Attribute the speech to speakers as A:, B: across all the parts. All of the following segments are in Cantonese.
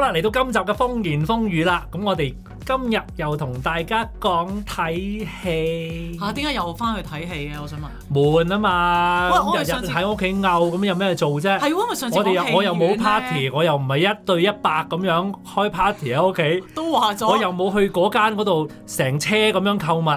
A: 啦，嚟到今集嘅風言風語啦，咁我哋今日又同大家講睇戲
B: 嚇，點解又翻去睇戲嘅？我想問。
A: 悶啊嘛，
B: 喂我
A: 咁
B: 哋
A: 日
B: 上
A: 日
B: 次
A: 喺屋企漚，咁有咩做啫？
B: 係喎，因為上次
A: 我哋
B: 講戲
A: 又我又冇
B: 院呢
A: party，我又唔係一對一百咁樣開 party 喺屋企，
B: 都話咗，
A: 我又冇去嗰間嗰度成車咁樣購物，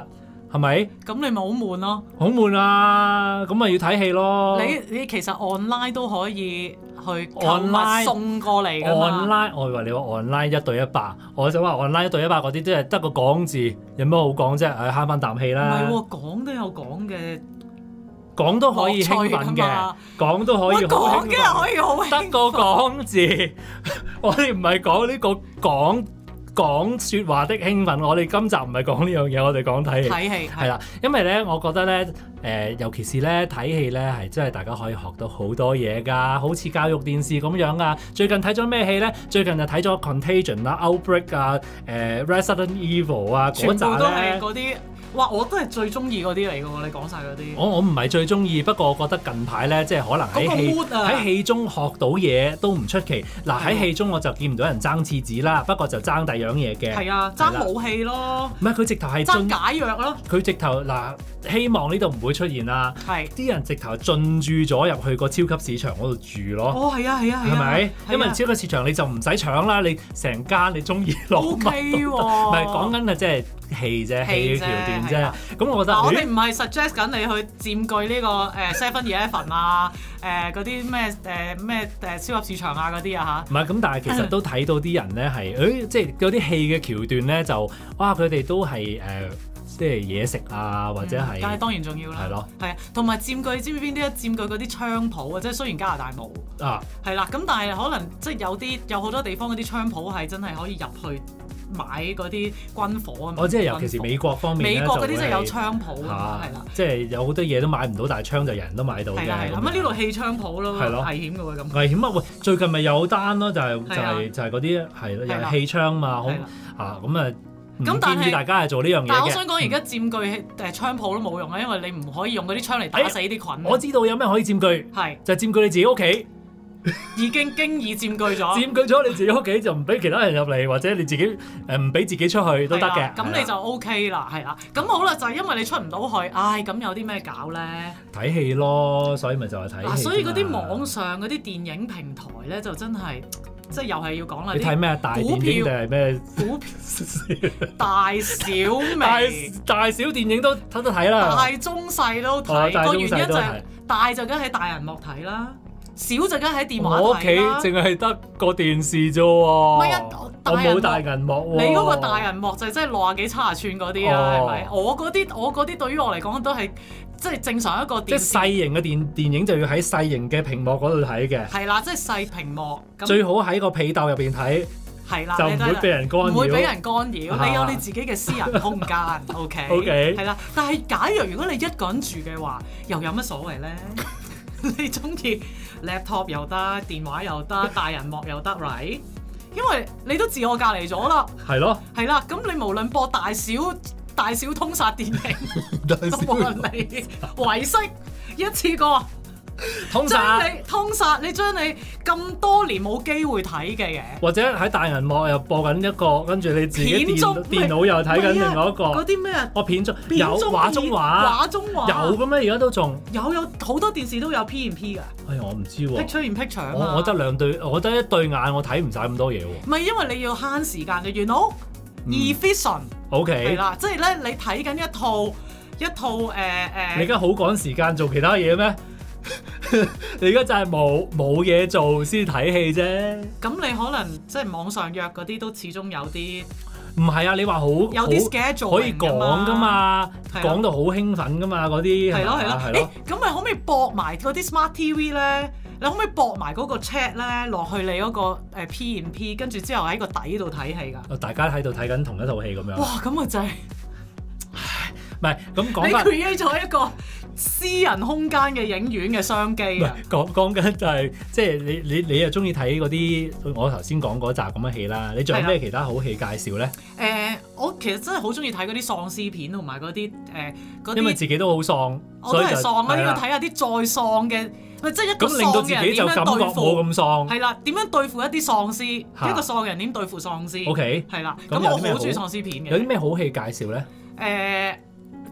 A: 係咪？
B: 咁你咪好悶咯。
A: 好悶啊！咁咪要睇戲咯。
B: 你你其實 online 都可以去購物
A: Online-
B: 送過嚟㗎嘛。
A: online 我以為你話 online 一對一百，我想話 online 一對一百嗰啲都係得個講字，有咩好講啫？唉，慳翻啖氣
B: 唔係
A: 啦。
B: 喎，講都有講嘅
A: 講都可以
B: 樂趣
A: 興
B: 㗎
A: 奮嘅，
B: 嘛。
A: 講都可
B: 喂
A: 以好
B: 講
A: 興
B: 嘅係
A: 奮。
B: 可以好興奮
A: 得個講字， 我哋唔係講呢個講講説話的興奮，我哋今集唔係講呢樣嘢，我哋講睇戲。
B: 睇戲
A: 係
B: 係
A: 啦，因為咧，我覺得咧，誒、尤其是咧睇戲咧，係真係大家可以學到好多嘢㗎，好似教育電視咁樣啊。最近睇咗咩戲咧？最近就睇咗《Contagion》啦，《Outbreak》啊，誒、Resident Evil》啊，嗰
B: 全部
A: 扎
B: 都係
A: 咧。
B: 嗰啲。哇！我都係最中意嗰啲嚟㗎喎，你講晒嗰啲。
A: 我我唔係最中意，不過我覺得近排咧，即係可能喺戲
B: 嗰個 mood 啊嗯
A: 喺戲中學到嘢都唔出奇。嗱喺
B: 係
A: 戲中我就見唔到人爭廁紙啦，不過就爭第二樣嘢嘅。
B: 係啊，爭武器咯，
A: 唔係佢直頭係
B: 爭
A: 進，
B: 解藥咯，
A: 佢直頭嗱，希望呢度唔會出現啦。
B: 係。
A: 啲人直頭進駐咗入去個超級市場嗰度住咯，
B: 哦，係啊，係啊，係
A: 係
B: 啊。
A: 咪？
B: 係啊
A: 因為超級市場你就唔使搶啦，你成間你中意攞
B: O
A: 乜
B: K
A: 都得。
B: 喎。
A: 唔係講緊啊，即係戲啫，戲
B: 戲啫
A: 橋段
B: 係
A: 啫
B: 啊。
A: 咁我覺得
B: 嗱，我哋
A: 咦，
B: 唔係 suggest 緊你去佔據呢、個誒 Seven Eleven 啊，誒嗰啲咩誒咩誒超級市場啊嗰啲啊
A: 唔係咁，但係其實都睇到啲人咧係，誒，即係有啲戲嘅橋段咧就，哇，佢哋都係誒，即係嘢食啊，
B: 嚇，
A: 或者
B: 嗯梗係
A: 係
B: 當然重要啦，
A: 係咯，
B: 係啊，同埋佔據知唔知邊啲啊？佔據嗰啲槍鋪啊，即係雖然加拿大冇，
A: 啊，
B: 係啦，咁但係可能即係有啲有好多地方嗰啲槍鋪係真係可以入去買嗰啲軍火啊，
A: 哦我即係尤其是
B: 軍火
A: 美國方面咧
B: 美
A: 就
B: 國嗰啲真係有
A: 會係
B: 槍鋪啊，係
A: 嚇
B: 啦。
A: 即係有好多嘢都買唔到，但係槍就人人都買到嘅。
B: 係啦係啦，咁啊呢度氣槍鋪咯，
A: 係咯
B: 危險嘅喎咁。
A: 危險啊！喂，最近咪有單咯，就係、就
B: 係啊
A: 係、就係嗰啲係咯，又
B: 係
A: 係
B: 啦
A: 氣槍嘛，好
B: 係啦
A: 啊咁啊，唔建
B: 咁但係
A: 議大家係做呢樣嘢
B: 但係我
A: 嘅
B: 想講，而家佔據誒槍鋪都冇用啊，因為你唔可以用嗰啲槍嚟打死啲菌。
A: 嗯我知道有咩可以佔據，
B: 係
A: 就係佔據你自己屋企，
B: 已經經已佔據咗，
A: 佔據咗你自己屋企就唔俾其他人入嚟，或者你自己誒唔俾自己出去都得
B: 係啦啊
A: 嘅。啊
B: 咁你就 O K 啦，係啦。咁好啦，就係因為你出唔到去，唉，咁有啲咩搞咧？
A: 睇戲咯，所以咪就係睇戲啫
B: 嗱，
A: 嘛。
B: 啊所以嗰啲網上嗰啲電影平台咧，就真係即係又係要講啦，
A: 你睇
B: 啲
A: 咩啊大電影定係咩
B: 股票 大小
A: 大
B: 微。
A: 大小電影都睇都睇啦。
B: 大中細都
A: 哦
B: 睇，
A: 大
B: 個
A: 中
B: 原因就
A: 細都睇
B: 係大就梗係喺大人幕睇啦，小就梗係喺電
A: 我屋
B: 話
A: 企
B: 睇啦。
A: 淨係得個電視啫喎，
B: 唔
A: 我
B: 係啊，大人
A: 冇
B: 幕
A: 大銀幕喎。
B: 你嗰個大人幕就真係六啊幾七啊寸嗰啲啦，
A: 哦
B: 係咪？我嗰啲我嗰啲對於我嚟講都係即係正常一個
A: 即係
B: 電視
A: 細型嘅電電影就要喺細型嘅屏幕嗰度睇嘅，
B: 係啦，即係細屏幕咁
A: 最好喺個被竇入邊睇，
B: 係啦，
A: 就
B: 你
A: 唔
B: 都
A: 會
B: 係
A: 俾人干擾。
B: 唔會俾人干擾，你有
A: 啊
B: 你自己嘅私人 空間，OK
A: OK
B: 係啦。但係假若如果你一個人住嘅話，又有乜所謂咧？ 你中意 laptop 又得，電話又得，大人幕又得，right？因為你都自我隔離咗啦，
A: 係 咯，
B: 係啦，咁你無論播大小大小通殺電影。 都冇人理，維息一次過
A: 通啊
B: 將
A: 殺，
B: 你通殺，你將你咁多年冇機會睇嘅嘢，
A: 或者喺大人幕又播緊一個，跟住你自己
B: 片
A: 電
B: 中
A: 電腦又睇緊另外一
B: 嗰
A: 個，
B: 啲咩啊
A: 我片中
B: 片
A: 有
B: 中
A: 畫中畫，
B: 畫啊中畫
A: 有嘅咩？而家都仲，
B: 有有好多電視都有 P 唔 P 噶
A: 哎呀，我唔知喎，
B: ，picture 唔 picture 啊嘛
A: 我我得兩對，我得一對眼，我睇唔晒咁多嘢喎。
B: 唔係因為你要慳時間嘅，原佬
A: 嗯
B: efficient
A: O
B: 係
A: K，
B: 啦，即係咧你睇緊一套一套誒
A: 你而
B: 誒，
A: 家好趕時間做其他嘢咩？ 你而家就係冇冇嘢做先睇戲啫。
B: 咁你可能即係網上約嗰啲都始終有啲
A: 唔係啊，你話好
B: 有啲
A: 好
B: schedule
A: 可以講噶嘛，
B: 係啊
A: 講到好興奮噶嘛，嗰啲
B: 係咯
A: 嘛
B: 係
A: 係
B: 咯
A: 咯，，
B: 誒咁咪可唔可以駁埋嗰啲 smart TV 咧？你可唔可以駁埋嗰個 chat 咧落去你嗰個誒 P and P，跟住之後喺個底度睇戲㗎？
A: 哦大家喺度睇緊同一套戲咁樣，
B: 哇！咁啊就係
A: 唔係咁講
B: 你
A: 翻，唔
B: create 咗一個私人空間嘅影院嘅商機啊！
A: 係講講緊就係即係你你你又中意睇嗰啲我頭先講嗰集咁嘅戲啦，你仲有
B: 係啦啊
A: 咩其他好戲介紹咧？
B: 誒，我其實真係好中意睇嗰啲喪屍片同埋嗰啲誒嗰
A: 因為
B: 啲，
A: 自己都好喪，
B: 我都
A: 所以
B: 係
A: 就
B: 喪啊啦，
A: 係
B: 要
A: 啦
B: 睇下啲再喪嘅，咪即係一個
A: 咁令到
B: 喪
A: 自
B: 嘅人
A: 己就
B: 點
A: 感
B: 樣
A: 覺
B: 對付，
A: 冇咁喪。
B: 係啦，點樣對付一啲喪屍，
A: 嚇
B: 一個喪嘅人點對付喪屍
A: O，K，
B: 係啦，
A: 咁
B: 咁
A: 有
B: 我
A: 啲咩
B: 好中意
A: 好
B: 喪屍片
A: 有啲
B: 嘅，
A: 咩好戲介紹咧？
B: 誒，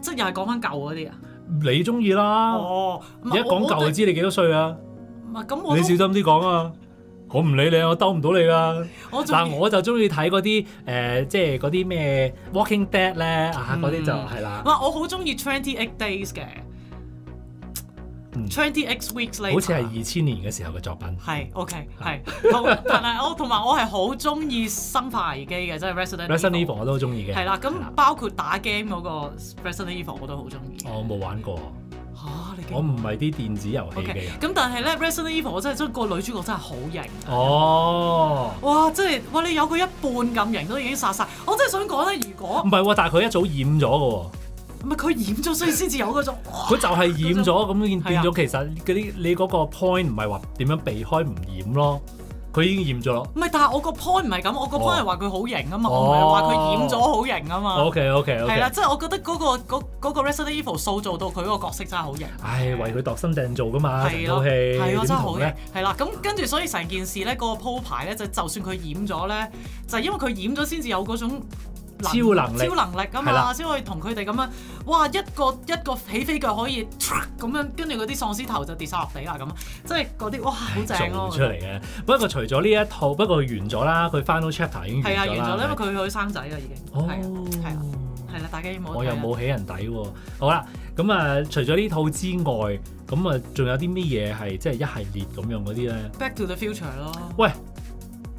B: 即係又係講翻舊嗰啲啊，
A: 你中意啦，
B: 哦，唔
A: 而
B: 係
A: 家講
B: 我
A: 舊
B: 我
A: 就知你幾多歲啊？
B: 唔係咁我
A: 你小
B: 都
A: 心啲講啊！我唔理你，我兜唔到你啦。
B: 我仲
A: 嗱，我就中意睇嗰啲誒，即係嗰啲咩 Walking Dead 咧啊，嗰啲就
B: 嗯
A: 係啦，
B: 哇！我好中意 Twenty Eight Days 嘅
A: 嗯
B: ，Twenty Eight Weeks Later，
A: 好似係啊二千年嘅時候嘅作品。
B: 係 OK 係，同但係我同埋我係好中意《生化危機》嘅，即係 Resident
A: Resident Evil 我都好中意嘅。
B: 係啦，
A: 係
B: 咁
A: 啦
B: 包括打 game 嗰個 Resident Evil 我都好中意。
A: 我冇玩過，
B: 嚇你
A: 我唔係啊啲電子遊戲嘅
B: OK
A: 人。
B: 咁，但係咧 Resident Evil 我真係真個女主角真係好型。啊
A: 哦，
B: 哇！真係哇！你有佢一半咁型都已經殺晒。我真係想講咧，如果
A: 唔係喎，但係佢一早染咗嘅喎。
B: 唔係佢染咗，所以先至有嗰種哇
A: 佢就係染咗，咁變
B: 係
A: 變
B: 啊
A: 咗其實嗰啲你嗰個 point 唔係話點樣避開唔染咯，佢已經染咗咯。
B: 唔係，但係我個 point 唔係咁，我個 point 係話佢好型啊嘛，
A: 哦
B: 我唔係話佢染咗好型啊嘛。
A: OK OK
B: 係
A: OK
B: 啦，。即係我覺得嗰、個嗰嗰個 Resident Evil 塑造到佢嗰個角色真係好型。
A: 唉，為佢度身訂造噶嘛，成
B: 係
A: 啊套
B: 咯，
A: 戲
B: 係咯，
A: 點
B: 真係好
A: 同
B: 型
A: 咧？。
B: 係啦，咁跟住所以成件事咧，嗰個鋪排咧，就就算佢染咗咧，就係因為佢染咗先至有嗰種
A: 超能力
B: 超能力啊
A: 係啦
B: 嘛，先可以同佢哋咁樣，哇一個一個起飛腳可以咁樣，跟住嗰啲喪屍頭就跌晒落地啦咁，即係嗰啲哇好正啊
A: 做
B: 咯！
A: 出啊嚟嘅，不過除咗呢一套，不過佢完咗啦，佢 final chapter 已經
B: 係啊，
A: 完
B: 完
A: 咗
B: 咗啦，因為
A: 啦。
B: 佢去生仔啦已經，係啊係啊
A: 哦，
B: 係啦，大家有冇睇啊？
A: 我又冇起人底喎。好啦，咁啊，除咗呢套之外，咁啊，仲有啲咩嘢係即係一系列咁樣嗰啲咧？
B: Back to the Future 咯。
A: 啊
B: 哦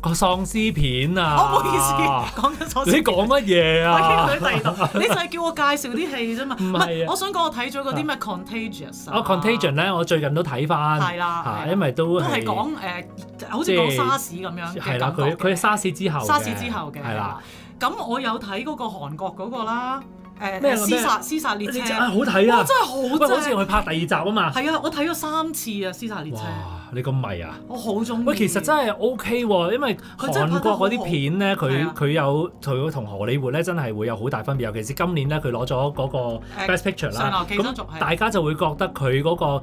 A: 個喪屍片啊！
B: 我唔好意思，講緊喪
A: 你
B: 屍。
A: 講乜嘢
B: 我
A: 啊？
B: 傾佢第二度，你就係叫我介紹啲戲啫嘛。
A: 唔係啊
B: 我想講我睇咗嗰啲咩 Contagious
A: 啊，Contagion 咧，我最近都睇翻，
B: 係啦
A: 嚇
B: 係啦
A: 因為都
B: 都
A: 係
B: 係講誒，好似
A: 即係
B: 講沙士咁樣
A: 係
B: 嘅
A: 啦
B: 感，覺
A: 佢
B: 嘅。
A: 佢係沙士之後嘅，
B: 沙士之後嘅
A: 係啦，。
B: 咁我有睇嗰個韓國嗰個啦，誒
A: 咩啊
B: 屍殺屍殺列
A: 呢
B: 車
A: 隻，啊好睇
B: 哇
A: 啊！
B: 真係
A: 喂，
B: 好
A: 好似
B: 正。
A: 佢拍第二集啊嘛，
B: 係啊，我睇咗三次啊，屍殺列車，
A: 哇！你咁迷啊？
B: 我好中意。
A: 喂，其實真係 O K 喎，因為
B: 嗯佢真係拍得
A: 韓國嗰啲片咧，
B: 係
A: 佢
B: 啊
A: 佢有佢同荷里活咧，真係會有好大分別。尤其是今年咧，佢攞咗嗰個
B: 誒
A: Best Picture
B: 上
A: 啦
B: 流，寄生族
A: 咁
B: 係啊
A: 大家就會覺得佢嗰個誒，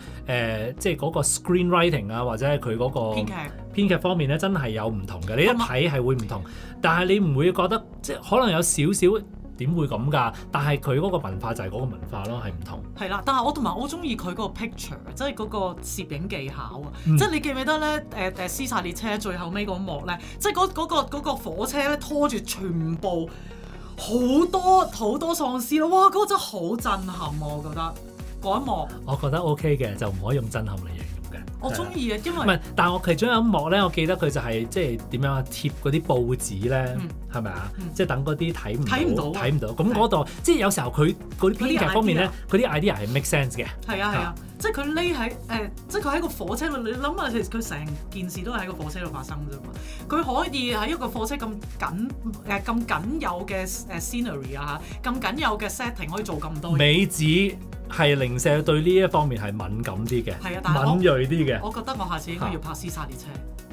A: 即係嗰個 screenwriting 啊，或者係佢嗰
B: 編
A: 個
B: 劇啊
A: 編劇方面咧，真係有唔同嘅。你一
B: 同埋
A: 睇係會唔同，但係你唔會覺得即係可能有少少點會咁㗎。但係佢嗰個文化就係嗰個文化咯，係唔同。
B: 係啦，但係我同埋我中意佢嗰個 picture，即係嗰個攝影技巧啊！
A: 嗯
B: 即係你記唔記得咧？誒誒《屍殺列車》最後尾嗰幕咧，即係嗰嗰個嗰個火車咧拖住全部好多好多喪屍咯！哇，嗰、個真係好震撼啊！我覺得嗰一幕
A: 我覺得 O K 嘅，就唔可以用震撼嚟形容嘅。
B: 我中意啊，因
A: 唔
B: 為
A: 係，但係我其中有一幕咧，我記得佢就係即係點樣啊貼嗰啲報紙咧
B: 嗯，
A: 係咪啊
B: 嗯？
A: 即係等嗰啲睇唔
B: 睇唔到啊
A: 睇唔到。咁嗰度即係有時候佢嗰啲編劇方面咧，嗰啲 idea 係 make sense 嘅。
B: 係啊係啊，即係佢匿喺誒，即係佢喺個火車度。你諗下，其實佢成件事都係喺個火車度發生啫嘛。佢可以喺一個火車咁緊誒咁緊有嘅誒 scenery 啊嚇，咁緊有嘅 setting 可以做咁多嘢。
A: 美子係零舍對呢一方面係敏感啲嘅，
B: 係啊但係我
A: 敏鋭啲嘅。
B: 我覺得我下次應該要拍《屍殺列車》，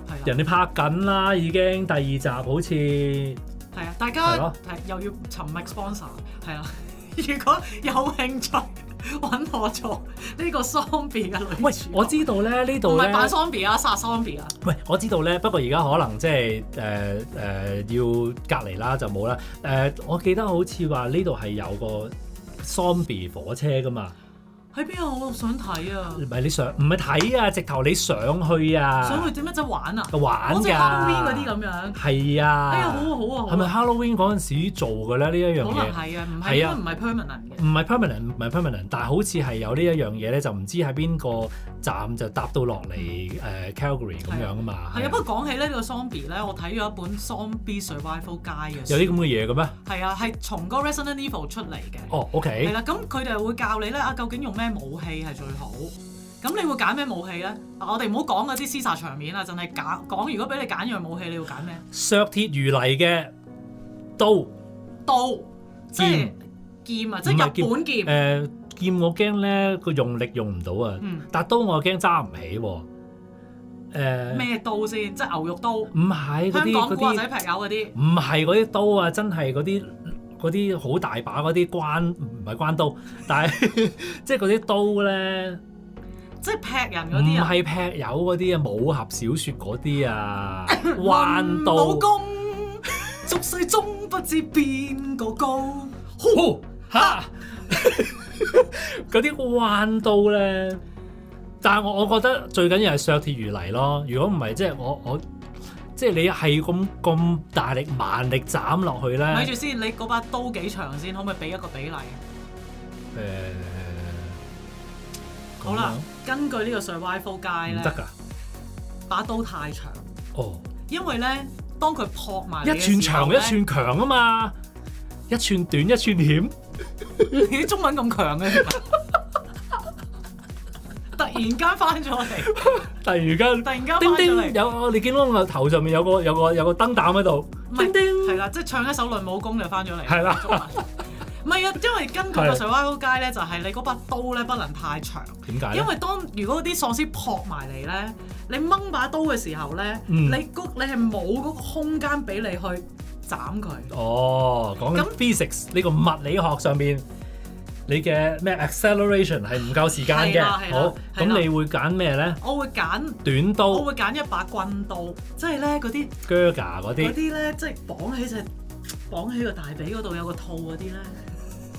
B: 係啊啦，
A: 人哋拍緊啦，已經第二集好似
B: 係啊，大
A: 係
B: 家
A: 咯
B: 係又要尋覓 sponsor，係啦。 如果有興趣揾我做呢個 zombie 嘅女
A: 喂，
B: 主角
A: 我知道咧呢
B: 唔
A: 度咧
B: 係。扮 zombie 啊，殺 zombie 啊，
A: 喂，我知道咧，不過而家可能即係誒誒要隔離啦，就冇啦。誒、我記得好似話呢度係有個 zombie 火車噶嘛，
B: 喺邊啊？我想睇啊
A: 唔，係你上，唔係睇啊，直頭你上去啊，
B: 想去點樣即係玩啊？
A: 玩
B: 好似
A: 㗎
B: Halloween 嗰啲咁樣。
A: 係啊，
B: 哎呀，好啊好啊，
A: 係咪 Halloween 嗰陣時做嘅咧？呢一樣
B: 好啊可能
A: 嘢
B: 係啊，唔係
A: 係啊
B: 應該唔係 permanent 嘅。
A: 唔係 permanent，唔係 permanent，但係好似係有呢一樣嘢咧，就唔知喺邊個站就搭到落嚟誒 Calgary 咁樣啊嘛，
B: 係啊，不過講起咧呢個 zombie 咧，我睇咗一本 zombie survival guide 嘅書，
A: 有啲咁嘅嘢嘅咩？
B: 係啊，係從個 Resident Evil 出嚟嘅。
A: 哦，OK
B: 係。啦，咁佢哋會教你咧啊，究竟用咩武器係最好？咁你會揀咩武器咧？啊我哋唔好講嗰啲廝殺場面啦，啊淨係揀講。如果俾你揀樣武器，你會揀咩？
A: 削鐵如泥嘅刀，誒、
B: 刀，即係劍啊，即
A: 嗯唔
B: 係
A: 係劍
B: 日本劍。
A: 劍我驚咧個用力用唔到啊，
B: 嗯，
A: 但刀我驚揸唔起喎、誒
B: 咩刀先？即係牛肉刀，
A: 唔係嗰
B: 香
A: 啲
B: 港
A: 嗰
B: 古惑
A: 啲
B: 仔劈友嗰啲。
A: 唔係嗰啲刀啊，真係嗰啲嗰啲好大把嗰啲關唔係關刀，但係 即係嗰啲刀咧，
B: 即係劈人
A: 唔
B: 嗰啲啊，
A: 係劈友嗰啲啊，武俠小説嗰啲 啊，彎刀。啊
B: 武功，俗世中不知邊個高。哦
A: 呼哈， 嗰啲彎刀咧，但係我我覺得最緊要係削鐵如泥咯。如果唔係，即係我我即係你係咁咁大力蠻力斬落去咧，
B: 咪住
A: 誒、
B: 先，你嗰把刀幾長先？可唔可以俾一個比例？
A: 咁
B: 好啦
A: 樣，
B: 根據呢個 survival 街
A: 唔得
B: 咧，
A: 㗎，
B: 把刀太長，
A: 哦，
B: 因為咧，當佢撲啊埋你嘅
A: 一寸
B: 時候
A: 長
B: 咧
A: 一，寸強啊嘛，一寸短一寸險，
B: 你啲中文咁強嘅， 突然間翻咗嚟，
A: 突然間
B: 突然間翻
A: 叮
B: 咗
A: 叮
B: 嚟，
A: 有我哋見到我頭上面有個有個有個燈膽喺度，
B: 唔係
A: 叮叮
B: 係啦，即係唱一首《論武功》就翻咗嚟，
A: 係啦
B: 中文。唔係啊，因為根據個 survival 街咧，就係你嗰把刀咧不能太長。
A: 點解咧
B: 因？為當如果啲喪屍撲埋嚟咧，你掹把刀嘅時候咧，
A: 嗯
B: 你嗰你係冇嗰個空間俾你去斬佢。
A: 哦，講緊
B: 咁
A: physics 呢個物理學上面，你嘅咩 acceleration 係唔夠時間
B: 係
A: 嘅。
B: 啦係啦
A: 好，
B: 係啦
A: 咁你會揀咩咧？
B: 我會揀，
A: 短
B: 我
A: 刀、
B: 會揀一把棍刀，即係咧嗰啲
A: Gerga 嗰
B: 嗰
A: 啲，
B: 啲咧，即係綁起隻綁起個大髀嗰度有個套嗰啲咧，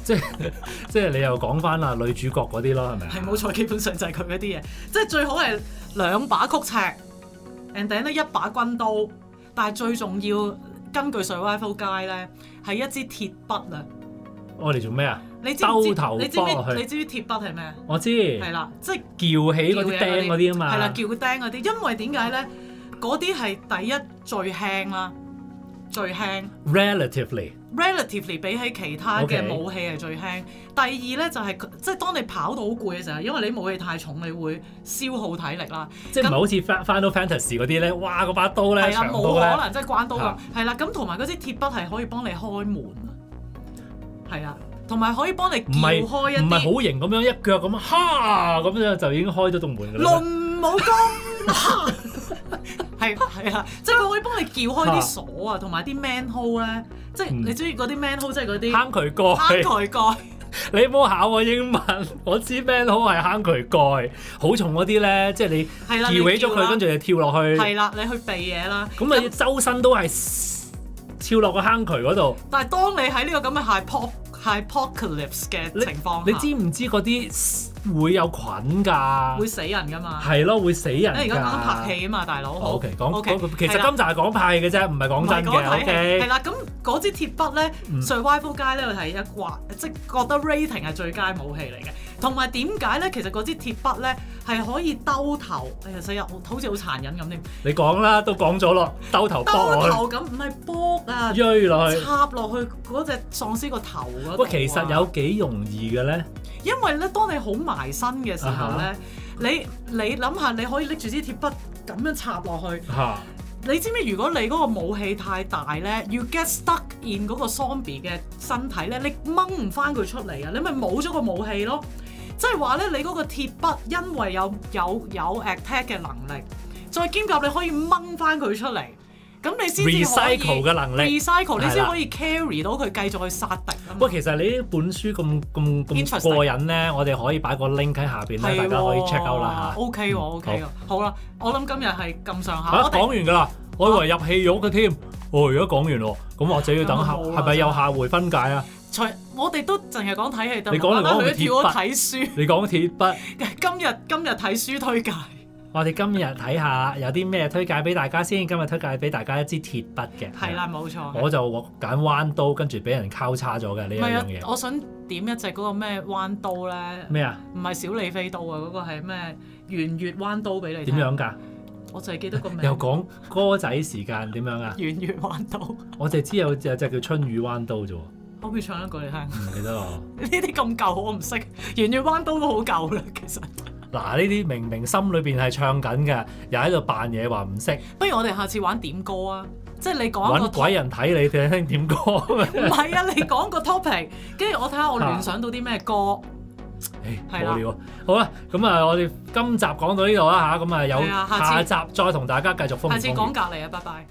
A: 即係 即係你又講翻啊女主角嗰啲咯，係咪啊？
B: 係冇錯，基本上就係佢嗰啲嘢，即係最好係兩把曲尺，and then 咧一把軍刀，但係最重要，根據 survival 街咧係一支鐵筆啊！
A: 我嚟做咩啊？
B: 你知唔知
A: 兜頭
B: 你知唔
A: 幫落
B: 知
A: 去
B: 你知唔知鐵筆係咩？
A: 我知，
B: 係
A: 撬
B: 啦，即係
A: 起嗰啲釘嗰啲啊嘛。
B: 係啦，撬釘嗰啲，因為點解咧？嗰啲係第一最輕啦，最輕
A: relatively
B: relatively 比起其他嘅
A: OK
B: 武器係最輕。第二咧就係、即係當你跑到好攰嘅時候，因為你武器太重，你會消耗體力啦。
A: 即係唔
B: 咁
A: 係好似 Fa- Final Fantasy 嗰啲咧？哇，嗰把刀咧
B: 係啊啦，
A: 長
B: 冇
A: 刀
B: 可
A: 咧，
B: 能即係關刀咁
A: 嚇。
B: 係啦，咁同埋嗰支鐵筆係可以幫你開門啊，係啊，同埋可以幫你撬
A: 唔係
B: 開一
A: 唔係
B: 啲
A: 好型咁樣一腳咁哈咁樣就已經開咗棟門㗎啦。
B: 論武功。
A: 啊
B: 係係啦，即係佢可以幫你撬開啲鎖啊，同埋啲 manhole 咧，即係
A: 嗯
B: 你中意嗰啲 manhole，即係嗰啲
A: 坑渠蓋。
B: 坑渠蓋。
A: 你唔好考我英文，我知 man 好係坑渠蓋，好重嗰啲咧，即係你
B: 係啦，
A: 撬
B: 你
A: 起咗
B: 叫啦
A: 佢，跟住你跳落去，
B: 係啦，你去避嘢啦。
A: 咁你周身都係跳落個坑渠嗰度。
B: 但係當你喺呢個咁嘅 hypo- hypocalypse 嘅情況下，
A: 你知唔知嗰啲會有菌㗎
B: 會？死人噶嘛？
A: 係咯，會死人
B: 你而
A: 㗎。
B: 家講緊拍戲啊嘛，大佬。
A: 哦，OK，講
B: OK，
A: 講其實
B: 係啦
A: 今集係講拍戲嘅啫，唔係講真
B: 唔
A: 嘅。
B: 係嗰個睇戲
A: OK，
B: 係啦，咁嗰支鐵筆咧
A: 嗯
B: ，survival 街咧係一掛，即係覺得 rating 係最佳武器嚟嘅。同埋點解咧？其實嗰支鐵筆咧係可以兜頭，哎呀死啊！好似好殘忍咁添，
A: 你講啦，都講咗咯，兜頭
B: 兜
A: 搏落
B: 頭咁唔係卜啊
A: 去，，追落去。
B: 插落去嗰隻喪屍個頭嗰度啊
A: 喂，其實有幾容易嘅咧？
B: 因為咧，當你好埋身嘅時候咧
A: 啊
B: 你你諗下，你可以拎住支鐵筆咁樣插落去。
A: 嚇，
B: 你知唔知如果你嗰個武器太大咧，you get stuck in 嗰個 zombie 嘅身體咧，你掹唔翻佢出嚟啊！你咪冇咗個武器咯。即係話咧，你嗰個鐵筆因為有有有 attack 嘅能力，再兼夾你可以掹翻佢出嚟，咁你先至可以
A: Recycle 嘅能力
B: recycle 你
A: 係
B: 先
A: 啦
B: 可以 carry 到佢繼續去殺敵啊嘛
A: 喂，。其實你呢本書咁咁咁
B: Interesting
A: 過癮咧，我哋可以擺個 link 喺下邊咧，大家可以 check out 啦嚇。嗯
B: O K 喎，O K 喎，好啦，我諗今日係咁上下，
A: 嚇
B: 我
A: 啊講
B: 哋啊
A: 完㗎啦，我以為入戲肉嘅添。我而家講完喎，咁或者要等下
B: 咁啊冇啦
A: 係咪有下回分解啊？
B: 除我哋都淨係講睇戲得啦，
A: 你講嚟講去
B: 我覺得佢都跳咗
A: 鐵筆
B: 睇書。
A: 你講鐵筆，
B: 今日今日睇書推介，
A: 啊我哋今日睇下有啲咩推介俾大家先。今日推介俾大家一支鐵筆嘅，
B: 係，啦，冇錯。
A: 我就揀彎刀，跟住俾人交叉咗嘅呢
B: 唔
A: 一
B: 係
A: 樣
B: 啊，
A: 嘢。
B: 我想點一隻嗰個咩彎刀咧，
A: 咩啊？
B: 唔係小李飛刀啊，嗰個係咩圓月彎刀俾你。
A: 點？樣㗎？
B: 我就係記得個名。
A: 又講歌仔時間點樣啊？
B: 圓月彎刀，
A: 我就知有有隻叫春雨彎刀啫喎，唔
B: 可唔可以唱一句嚟聽？呢
A: 記得咯。
B: 啲咁舊我唔識，圓月彎刀都好舊啦，其實。
A: 嗱，呢啲明明心裏邊係唱緊嘅，又喺度扮嘢話唔識，
B: 不如我哋下次玩點歌啊，即係你講一個
A: 揾鬼人睇你哋聽點歌。
B: 唔係啊，你講個 topic，跟住我睇下我
A: 啊
B: 聯想到啲咩歌。
A: 唉
B: 係啦
A: 無聊。好啦，咁啊，我哋今集講到呢度啦吓，咁啊有
B: 係啊下
A: 下集
B: 次
A: 再同大家繼續風
B: 下
A: 言
B: 次
A: 風
B: 講
A: 語。
B: 隔離啊，拜拜。